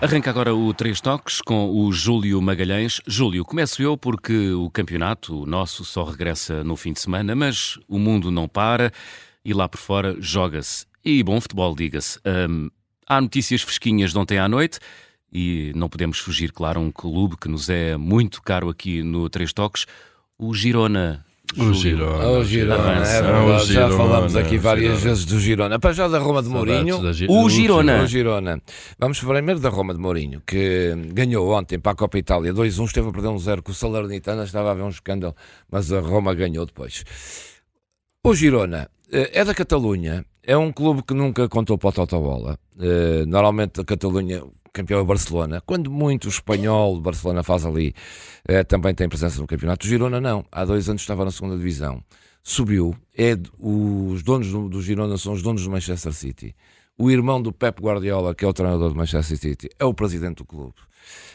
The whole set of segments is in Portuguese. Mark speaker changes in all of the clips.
Speaker 1: Arranca agora o Três Toques com o Júlio Magalhães. Júlio, começo eu porque o campeonato, o nosso, só regressa no fim de semana, mas o mundo não para e lá por fora joga-se. E bom futebol, diga-se. Hum, há notícias fresquinhas de ontem à noite e não podemos fugir, claro, a um clube que nos é muito caro aqui no Três Toques, o Girona.
Speaker 2: O
Speaker 1: Júlio.
Speaker 2: Girona.
Speaker 3: O Girona,
Speaker 1: Avança.
Speaker 3: é verdade.
Speaker 2: O
Speaker 3: já
Speaker 2: Girona,
Speaker 3: falámos aqui várias
Speaker 2: Girona.
Speaker 3: vezes do Girona. Para já da Roma de Mourinho.
Speaker 2: Saudades da Gi-
Speaker 1: O
Speaker 2: do
Speaker 1: Girona.
Speaker 3: O Girona. Vamos primeiro da Roma de Mourinho, que ganhou ontem para a Copa Itália 2-1, esteve a perder um 0 com o Salernitana, estava a haver um escândalo, mas a Roma ganhou depois. O Girona eh, é da Catalunha, é um clube que nunca contou para o Totobola. Eh, Normalmente da Catalunha, o campeão é o Barcelona. Quando muito o espanhol, o Barcelona faz ali, eh, também tem presença no campeonato. O Girona não, há dois anos estava na segunda divisão. Subiu, é, d- os donos do, do Girona são os donos do Manchester City. O irmão do Pep Guardiola, que é o treinador do Manchester City, é o presidente do clube.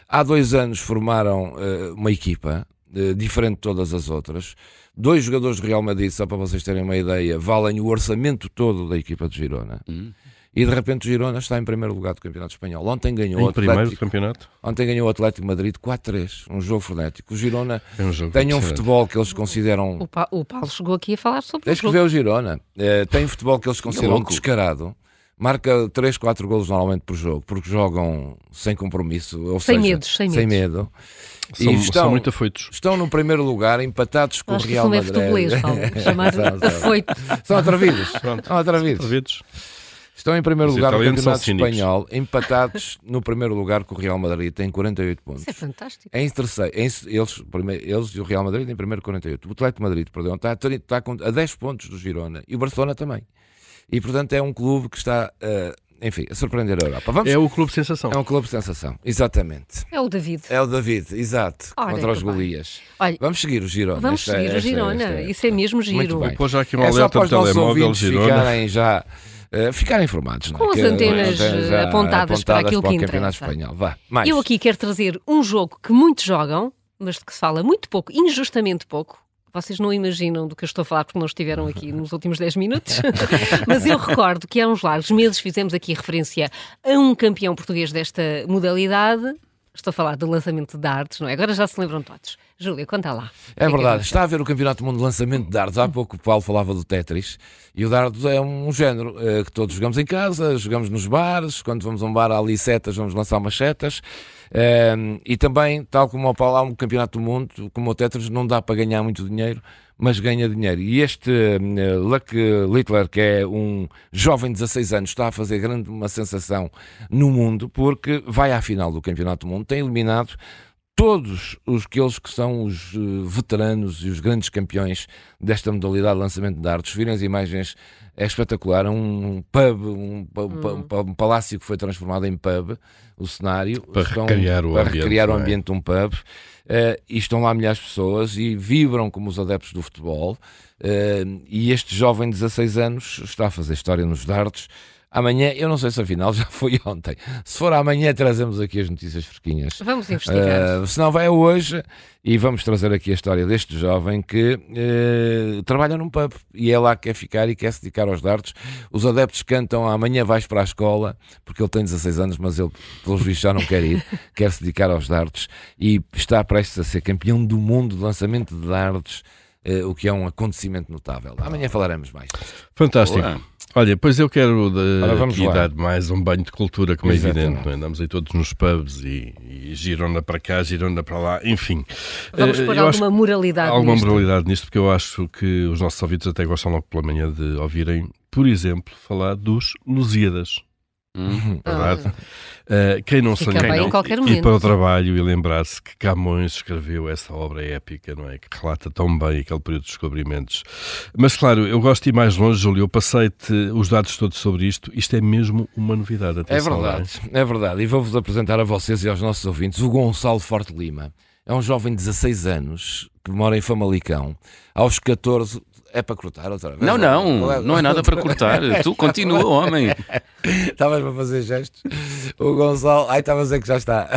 Speaker 3: Há dois anos formaram eh, uma equipa eh, diferente de todas as outras. Dois jogadores do Real Madrid, só para vocês terem uma ideia, valem o orçamento todo da equipa de Girona.
Speaker 2: Hum.
Speaker 3: E de repente o Girona está em primeiro lugar do Campeonato Espanhol. Ontem ganhou o
Speaker 2: Em primeiro do
Speaker 3: Atlético,
Speaker 2: campeonato?
Speaker 3: ontem ganhou o Atlético de Madrid 4-3, um jogo frenético. O Girona
Speaker 2: É um jogo.
Speaker 3: tem um
Speaker 2: excelente.
Speaker 3: futebol que eles consideram
Speaker 4: O, Pa- o Paulo chegou aqui a falar sobre
Speaker 3: Tens
Speaker 4: o
Speaker 3: que
Speaker 4: jogo.
Speaker 3: ver o Girona. Eh, tem futebol que eles consideram
Speaker 1: louco.
Speaker 3: descarado. Marca 3, 4 golos normalmente por jogo, porque jogam sem compromisso, ou
Speaker 4: Sem
Speaker 3: seja,
Speaker 4: medos, sem
Speaker 3: medo.
Speaker 2: São,
Speaker 3: e
Speaker 2: são
Speaker 3: estão,
Speaker 2: muito afoitos.
Speaker 3: estão no primeiro lugar, empatados com
Speaker 4: Acho
Speaker 3: o
Speaker 4: que
Speaker 3: Real
Speaker 4: isso não é
Speaker 3: Madrid.
Speaker 4: futebolês, Paulo. um. Chamar
Speaker 3: São, são.
Speaker 4: afoito.
Speaker 3: São atrevidos.
Speaker 2: Pronto.
Speaker 3: São atrevidos.
Speaker 2: Ouvidos?
Speaker 3: Estão em primeiro
Speaker 2: Os
Speaker 3: lugar no
Speaker 2: italianos são
Speaker 3: Campeonato
Speaker 2: cínicos.
Speaker 3: Espanhol, empatados no primeiro lugar com o Real Madrid, tem 48 pontos.
Speaker 4: Isso é fantástico.
Speaker 3: Em terceiro, em- eles, primeiro, eles e o Real Madrid em primeiro 48. O Atlético de Madrid, perdão, está a, 30 está com- a 10 pontos do Girona e o Barcelona também. E portanto é um clube que está, eh, enfim, a surpreender a Europa. Vamos,
Speaker 2: É o clube sensação.
Speaker 3: é um clube de sensação, exatamente.
Speaker 4: É o David.
Speaker 3: É o David, exato,
Speaker 4: Ora,
Speaker 3: contra os
Speaker 4: que bem.
Speaker 3: Golias.
Speaker 4: Olha,
Speaker 3: Vamos seguir o Girona.
Speaker 4: vamos
Speaker 3: esta-
Speaker 4: seguir o
Speaker 3: esta-
Speaker 4: Girona.
Speaker 3: esta-
Speaker 4: Isso é mesmo giro.
Speaker 3: bem.
Speaker 2: Pôs já aqui um
Speaker 3: é só
Speaker 2: alerta
Speaker 3: para
Speaker 2: no
Speaker 3: os nossos
Speaker 2: telemóvel
Speaker 3: ouvintes
Speaker 2: Girona.
Speaker 3: ficarem já, eh, ficarem informados. não é?
Speaker 4: Com as
Speaker 3: Que-
Speaker 4: antenas,
Speaker 3: antenas já
Speaker 4: eh, apontadas para aquilo
Speaker 3: para o
Speaker 4: que
Speaker 3: Campeonato
Speaker 4: interessa.
Speaker 3: Espanhol. Vá, mais.
Speaker 4: Eu aqui quero trazer um jogo que muitos jogam, mas de que se fala muito pouco, injustamente pouco. Vocês não imaginam do que eu estou a falar porque não estiveram aqui nos últimos 10 minutos. Mas eu recordo que há uns largos meses fizemos aqui referência a um campeão português desta modalidade. Estou a falar do lançamento de dardos, não é? Agora já se lembram todos. Júlia, conta lá.
Speaker 3: É
Speaker 4: O que que
Speaker 3: verdade,
Speaker 4: aconteceu?
Speaker 3: está a ver o Campeonato do Mundo de Lançamento de Dardos. Há pouco o Paulo falava do Tetris e o Dardos é um género eh, que todos jogamos em casa, jogamos nos bares, quando vamos a um bar há ali setas, vamos lançar umas setas. Ehm, e também, tal como o Paulo, há um Campeonato do Mundo, como o Tetris, não dá para ganhar muito dinheiro, mas ganha dinheiro. E este eh, Luck Littler, que é um jovem de 16 anos, está a fazer grande uma sensação no mundo porque vai à final do Campeonato do Mundo, tem eliminado todos os aqueles que são os eh, veteranos e os grandes campeões desta modalidade de lançamento de artes. Virem as imagens, é espetacular. É um pub, um, pa- pa- um pa- um palácio que foi transformado em pub, o cenário.
Speaker 2: Para recriar o
Speaker 3: para
Speaker 2: ambiente,
Speaker 3: recriar o
Speaker 2: não é?
Speaker 3: ambiente de um pub. eh, e estão lá milhares de pessoas e vibram como os adeptos do futebol. eh, e este jovem de 16 anos está a fazer história nos dardos. Amanhã, eu não sei se afinal já foi ontem. Se for amanhã, trazemos aqui as notícias fresquinhas.
Speaker 4: Vamos investigar.
Speaker 3: Eh, Se não vai hoje e vamos trazer aqui a história deste jovem que eh, trabalha num pub e é lá que quer ficar e quer se dedicar aos dardos. Os adeptos cantam amanhã vais para a escola, porque ele tem 16 anos, mas ele, pelos vistos, já não quer ir, quer se dedicar aos dardos e está prestes a ser campeão do mundo de lançamento de dardos. eh, o que é um acontecimento notável. Amanhã falaremos mais.
Speaker 2: Fantástico.
Speaker 1: Olá.
Speaker 2: Olha, pois eu quero de,
Speaker 3: Ora, vamos
Speaker 2: aqui
Speaker 3: lá.
Speaker 2: dar mais um banho de cultura, como é
Speaker 3: Exatamente.
Speaker 2: evidente. não é? Andamos aí todos nos pubs e, e girona para cá, girona para lá, enfim.
Speaker 4: Vamos
Speaker 2: Eh,
Speaker 4: pôr
Speaker 2: eu acho
Speaker 4: alguma moralidade
Speaker 2: Há alguma
Speaker 4: nisto.
Speaker 2: moralidade nisto, porque eu acho que os nossos ouvintes até gostam logo pela manhã de ouvirem, por exemplo, falar dos Lusíadas.
Speaker 1: Hum.
Speaker 2: Verdade? Eh, quem não
Speaker 4: Ah. Fica
Speaker 2: sonha
Speaker 1: bem
Speaker 2: não?
Speaker 1: em
Speaker 4: qualquer
Speaker 2: E- E
Speaker 4: momento.
Speaker 2: para o trabalho e lembrar-se que Camões escreveu essa obra épica, não é? Que relata tão bem aquele período de descobrimentos. Mas claro, eu gosto de ir mais longe, Júlio. Eu passei-te os dados todos sobre isto. Isto é mesmo uma novidade.
Speaker 3: É
Speaker 2: Atenção, não
Speaker 3: verdade, é verdade. E vou-vos apresentar a vocês e aos nossos ouvintes o Gonçalo Forte Lima. É um jovem de 16 anos que mora em Famalicão. Aos 14. É para cortar outra vez?
Speaker 1: Não, não, não é nada para cortar. Tu continua, homem.
Speaker 3: Estavas para fazer gestos. O Gonçalo. Ai, estava a dizer que já está.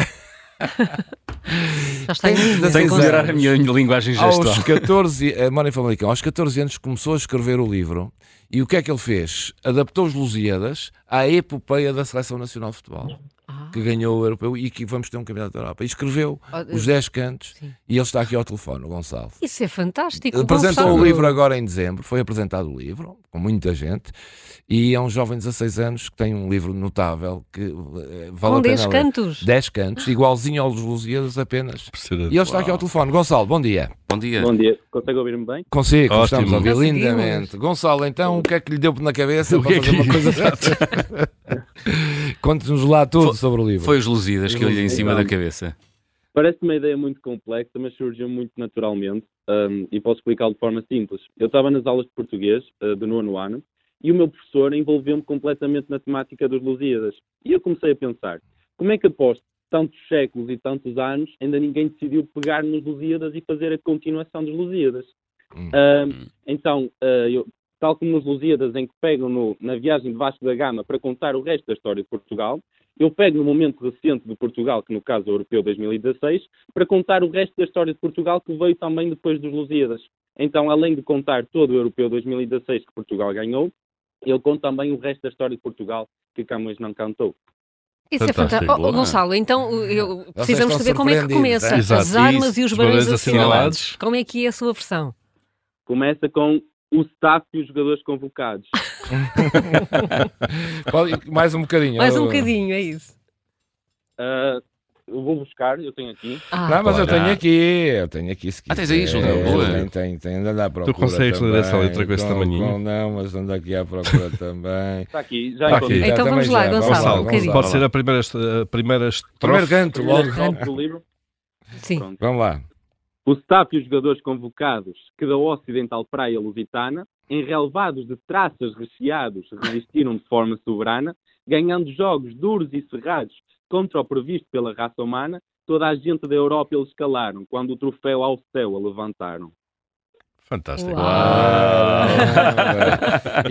Speaker 4: Já está em
Speaker 3: Tem-
Speaker 4: mim, mas
Speaker 1: Tenho que
Speaker 4: agora-
Speaker 1: melhorar a minha linguagem gestual.
Speaker 3: Aos 14, eh, mora em Famalicão, aos 14 anos começou a escrever o livro e o que é que ele fez? Adaptou os Lusíadas à epopeia da Seleção Nacional de Futebol.
Speaker 4: Ah,
Speaker 3: que ganhou o europeu e que vamos ter um campeonato da Europa. E escreveu
Speaker 4: Ah,
Speaker 3: os 10 cantos
Speaker 4: sim.
Speaker 3: e ele está aqui ao telefone, o Gonçalo.
Speaker 4: Isso é fantástico.
Speaker 3: Apresentou
Speaker 4: Gonçalo.
Speaker 3: o um livro agora em dezembro, foi apresentado o livro, com muita gente, e é um jovem de 16 anos que tem um livro notável que eh, vale
Speaker 4: Com
Speaker 3: a pena
Speaker 4: 10
Speaker 3: ler.
Speaker 4: cantos.
Speaker 3: 10 cantos, igualzinho aos Lusíadas apenas. E ele
Speaker 2: Impressionante.
Speaker 3: está aqui ao telefone. Gonçalo, bom dia.
Speaker 1: Bom dia.
Speaker 5: Bom dia, consegue ouvir-me bem?
Speaker 3: Consigo,
Speaker 2: Ótimo.
Speaker 3: estamos a ouvir
Speaker 4: Conseguimos.
Speaker 3: lindamente. Gonçalo, então, o que é que lhe deu na cabeça
Speaker 2: O
Speaker 3: para
Speaker 2: que é
Speaker 3: fazer uma
Speaker 2: que-
Speaker 3: coisa Conte-nos lá tudo sobre o livro.
Speaker 1: Foi os Lusíadas que eu lhe em cima da cabeça.
Speaker 5: Parece uma ideia muito complexa, mas surgiu muito naturalmente hum, e posso explicá-lo de forma simples. Eu estava nas aulas de português ah, do nono ano e o meu professor envolveu-me completamente na temática dos Lusíadas. E eu comecei a pensar, como é que após tantos séculos e tantos anos ainda ninguém decidiu pegar nos Lusíadas e fazer a continuação dos Lusíadas?
Speaker 3: Hum.
Speaker 5: Ah, então, ah, eu- tal como nos Lusíadas em que pegam no- na viagem de Vasco da Gama para contar o resto da história de Portugal, eu pego no momento recente de Portugal, que no caso é o europeu 2016, para contar o resto da história de Portugal que veio também depois dos Lusíadas. Então, além de contar todo o europeu 2016 que Portugal ganhou, ele conta também o resto da história de Portugal que Camões não cantou.
Speaker 4: Isso é
Speaker 2: Fantástico.
Speaker 4: fantástico. Oh,
Speaker 1: Boa.
Speaker 4: Gonçalo, então eu- eu- precisamos
Speaker 3: estão
Speaker 4: saber como é que
Speaker 3: surpreendidos,
Speaker 4: começa.
Speaker 3: é?
Speaker 2: Exato.
Speaker 4: As armas
Speaker 2: Isso,
Speaker 4: e os
Speaker 2: os
Speaker 4: barões
Speaker 2: barões
Speaker 4: assinalados.
Speaker 2: assinalados.
Speaker 4: Como é que é a sua versão?
Speaker 5: Começa com o staff e os jogadores convocados.
Speaker 3: Pode- Mais um bocadinho.
Speaker 4: Mais um
Speaker 3: Eu-
Speaker 4: bocadinho, é isso.
Speaker 5: Ah, eu vou buscar, eu tenho aqui.
Speaker 4: Ah,
Speaker 3: Não, mas eu
Speaker 2: Olha.
Speaker 3: tenho aqui, eu tenho aqui se
Speaker 1: Ah, tens aí,
Speaker 3: quiser.
Speaker 1: Júlio, boa.
Speaker 3: Tem, tem, tem, anda lá à procura
Speaker 2: consegues ler
Speaker 3: também.
Speaker 2: essa letra com esse
Speaker 3: Então,
Speaker 2: tamanhinho?
Speaker 3: com- Não, mas anda aqui à procura também.
Speaker 5: Está aqui, já
Speaker 2: Está
Speaker 5: encontrei.
Speaker 2: aqui.
Speaker 4: Então
Speaker 3: também
Speaker 4: vamos lá,
Speaker 3: já,
Speaker 4: Gonçalo,
Speaker 2: Gonçalo,
Speaker 4: um bocadinho.
Speaker 2: pode ser a primeira, est- a primeira estrofe?
Speaker 3: Primeiro canto, logo.
Speaker 5: Primeiro tópico do livro.
Speaker 4: sim.
Speaker 5: Pronto.
Speaker 3: Vamos lá.
Speaker 5: O staff e os jogadores convocados que da ocidental praia lusitana, enrelevados de traças recheados, resistiram de forma soberana, ganhando jogos duros e cerrados contra o previsto pela raça humana, toda a gente da Europa eles calaram, quando o troféu ao céu a levantaram.
Speaker 2: Fantástico.
Speaker 4: Uau.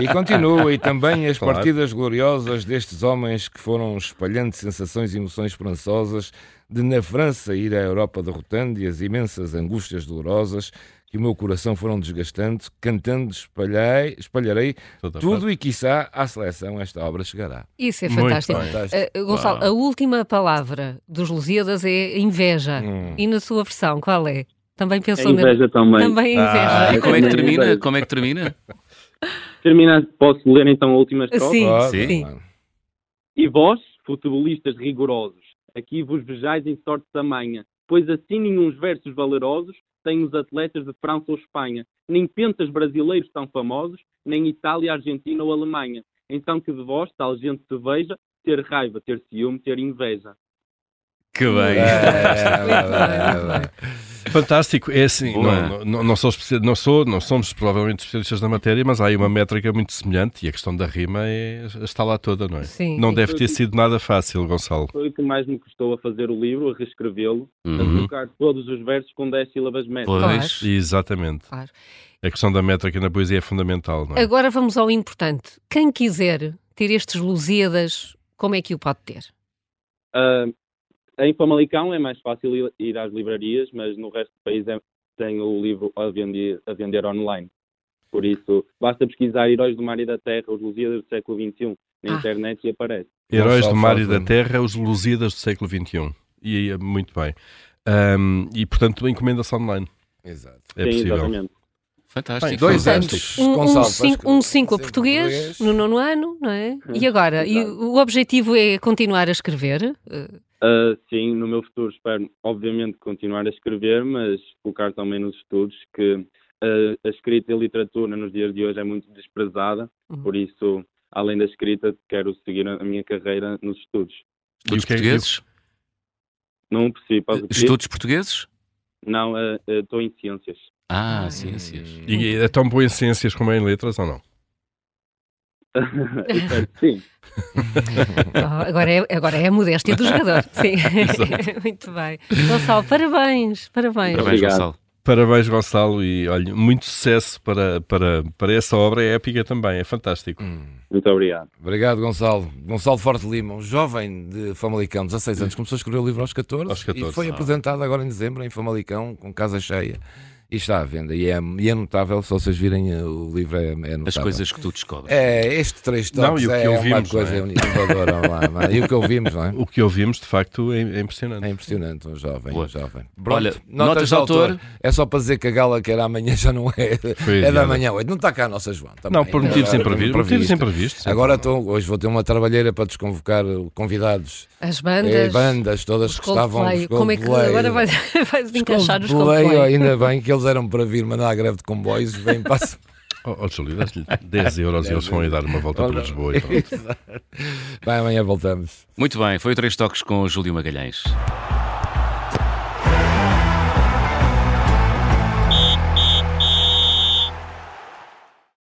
Speaker 3: e continua, e também as
Speaker 2: Claro.
Speaker 3: partidas gloriosas destes homens que foram espalhando sensações e emoções esperançosas de na França ir à Europa derrotando e as imensas angústias dolorosas que o meu coração foram desgastando, cantando espalhei, espalharei
Speaker 2: Toda a
Speaker 3: tudo e quiçá à seleção esta obra chegará. Tá
Speaker 4: Isso é
Speaker 2: Muito
Speaker 4: fantástico.
Speaker 2: bem.
Speaker 4: Ah, Gonçalo, a última palavra dos Lusíadas é inveja.
Speaker 3: Hum.
Speaker 4: E na sua versão, qual é? Também
Speaker 5: É
Speaker 4: pensou na...
Speaker 5: inveja também.
Speaker 4: Também é
Speaker 2: Ah,
Speaker 1: E
Speaker 4: inveja.
Speaker 1: como é que termina? Como é que termina?
Speaker 5: Termina, posso ler então a última estrofe?
Speaker 4: Sim,
Speaker 3: Ah,
Speaker 1: Sim.
Speaker 4: sim.
Speaker 5: E vós, futebolistas rigorosos, aqui vos vejais em sorte tamanha, pois assim nenhum versos valerosos têm os atletas de França ou Espanha, nem pentas brasileiros tão famosos, nem Itália, Argentina ou Alemanha. Então que de vós tal gente se veja ter raiva, ter ciúme, ter inveja.
Speaker 1: Que
Speaker 2: É
Speaker 3: É,
Speaker 1: bem.
Speaker 2: Fantástico, é assim,
Speaker 1: Boa.
Speaker 2: não, não, não, sou especia- não, sou, não somos provavelmente especialistas na matéria, mas há aí uma métrica muito semelhante e a questão da rima é- está lá toda, não é?
Speaker 4: Sim.
Speaker 2: Não deve ter sido nada fácil, Gonçalo.
Speaker 5: Foi o que mais me custou a fazer o livro, a reescrevê-lo, a
Speaker 1: Uhum.
Speaker 5: trocar todos os versos com 10 sílabas métricas.
Speaker 1: Pois.
Speaker 2: Exatamente.
Speaker 4: Claro.
Speaker 2: A questão da métrica na poesia é fundamental, não é?
Speaker 4: Agora vamos ao importante. Quem quiser ter estes Lusíadas, como é que o pode ter?
Speaker 5: Ah, em Famalicão é mais fácil ir- ir às livrarias, mas no resto do país é- tem o livro a vender, a vender online. Por isso, basta pesquisar Heróis do Mar e da Terra, os Lusíadas do século XXI, na
Speaker 4: Ah.
Speaker 5: internet e aparece.
Speaker 2: Heróis
Speaker 3: Gonçalo
Speaker 2: do mar e da
Speaker 3: Fábio.
Speaker 2: terra, os Lusíadas do século XXI. E, é muito bem. Ahm, e, portanto, encomenda-se online.
Speaker 3: Exato.
Speaker 2: É
Speaker 5: Sim,
Speaker 2: possível.
Speaker 5: exatamente.
Speaker 1: Fantástico.
Speaker 2: Bem,
Speaker 3: Dois
Speaker 1: Fantástico.
Speaker 3: anos.
Speaker 4: Um- Um
Speaker 3: Gonçalo, faz-
Speaker 4: 5 um cinco a
Speaker 3: cinco
Speaker 4: português,
Speaker 3: português.
Speaker 4: no nono ano, não é? E agora? E
Speaker 5: Exato.
Speaker 4: o objetivo é continuar a escrever? Eh,
Speaker 5: Ah, sim, no meu futuro espero, obviamente, continuar a escrever, mas focar também nos estudos, que ah, a escrita e a literatura nos dias de hoje é muito desprezada.
Speaker 4: Uhum.
Speaker 5: Por isso, além da escrita, quero seguir a a minha carreira nos estudos.
Speaker 2: E o
Speaker 1: Estudos
Speaker 2: que é-
Speaker 1: portugueses?
Speaker 5: Não percebo. pode repetir?
Speaker 1: Estudos portugueses?
Speaker 5: Não, eh, estou em ciências.
Speaker 1: Ah,
Speaker 4: Ai.
Speaker 1: ciências.
Speaker 2: E é tão bom em ciências como é em letras ou não?
Speaker 5: Sim,
Speaker 4: Ah, agora, é, agora é a modéstia do jogador. Sim. Muito bem. Gonçalo, parabéns, parabéns.
Speaker 1: Parabéns,
Speaker 5: Obrigado.
Speaker 1: Gonçalo.
Speaker 2: Parabéns, Gonçalo, e olha, muito sucesso para, para, para essa obra épica também, é fantástico.
Speaker 5: muito obrigado.
Speaker 3: Obrigado, Gonçalo. Gonçalo Forte Lima, um jovem de Famalicão, 16 anos, começou a escrever o livro aos 14,
Speaker 2: Aos 14,
Speaker 3: e foi
Speaker 2: ah.
Speaker 3: apresentado agora em dezembro em Famalicão, com casa cheia. e está à venda. E é, e é notável, se vocês virem o livro, é, é notável.
Speaker 1: As coisas que tu descobres.
Speaker 3: É, este três
Speaker 2: Não,
Speaker 3: toques
Speaker 2: e o que
Speaker 3: é
Speaker 2: ouvimos,
Speaker 3: uma coisa
Speaker 2: não é?
Speaker 3: inovadora lá, não é? E o que ouvimos, não é?
Speaker 2: O que ouvimos, de facto, é, é impressionante.
Speaker 3: É impressionante, um jovem,
Speaker 1: Boa.
Speaker 3: um jovem.
Speaker 1: Olha, notas de autor.
Speaker 3: É só para dizer que a gala que era amanhã já não é.
Speaker 2: Foi
Speaker 3: é da
Speaker 2: adiada.
Speaker 3: manhã, hoje. Não está cá a nossa João. também.
Speaker 2: Não, por motivos
Speaker 3: Era
Speaker 2: imprevistos. Motivos imprevistos. sim.
Speaker 3: é um Agora estou, hoje vou ter uma trabalheira para desconvocar uh, convidados,
Speaker 4: As
Speaker 3: Eh,
Speaker 4: bandas,
Speaker 3: bandas todas
Speaker 4: os
Speaker 3: que estavam.
Speaker 4: Coldplay.
Speaker 3: os
Speaker 4: Como é que
Speaker 3: Coldplay.
Speaker 4: agora vais, vais encaixar os
Speaker 3: Coldplay,
Speaker 4: Coldplay?
Speaker 3: Ainda bem que eles eram para vir mandar a greve de comboios, vem para a
Speaker 2: Oh, oh, Júlio, dás-lhe 10 euros e eles vão aí dar uma volta para Lisboa. então. e pronto.
Speaker 3: Vai, amanhã voltamos.
Speaker 1: Muito bem, foi o Três Toques com o Júlio Magalhães.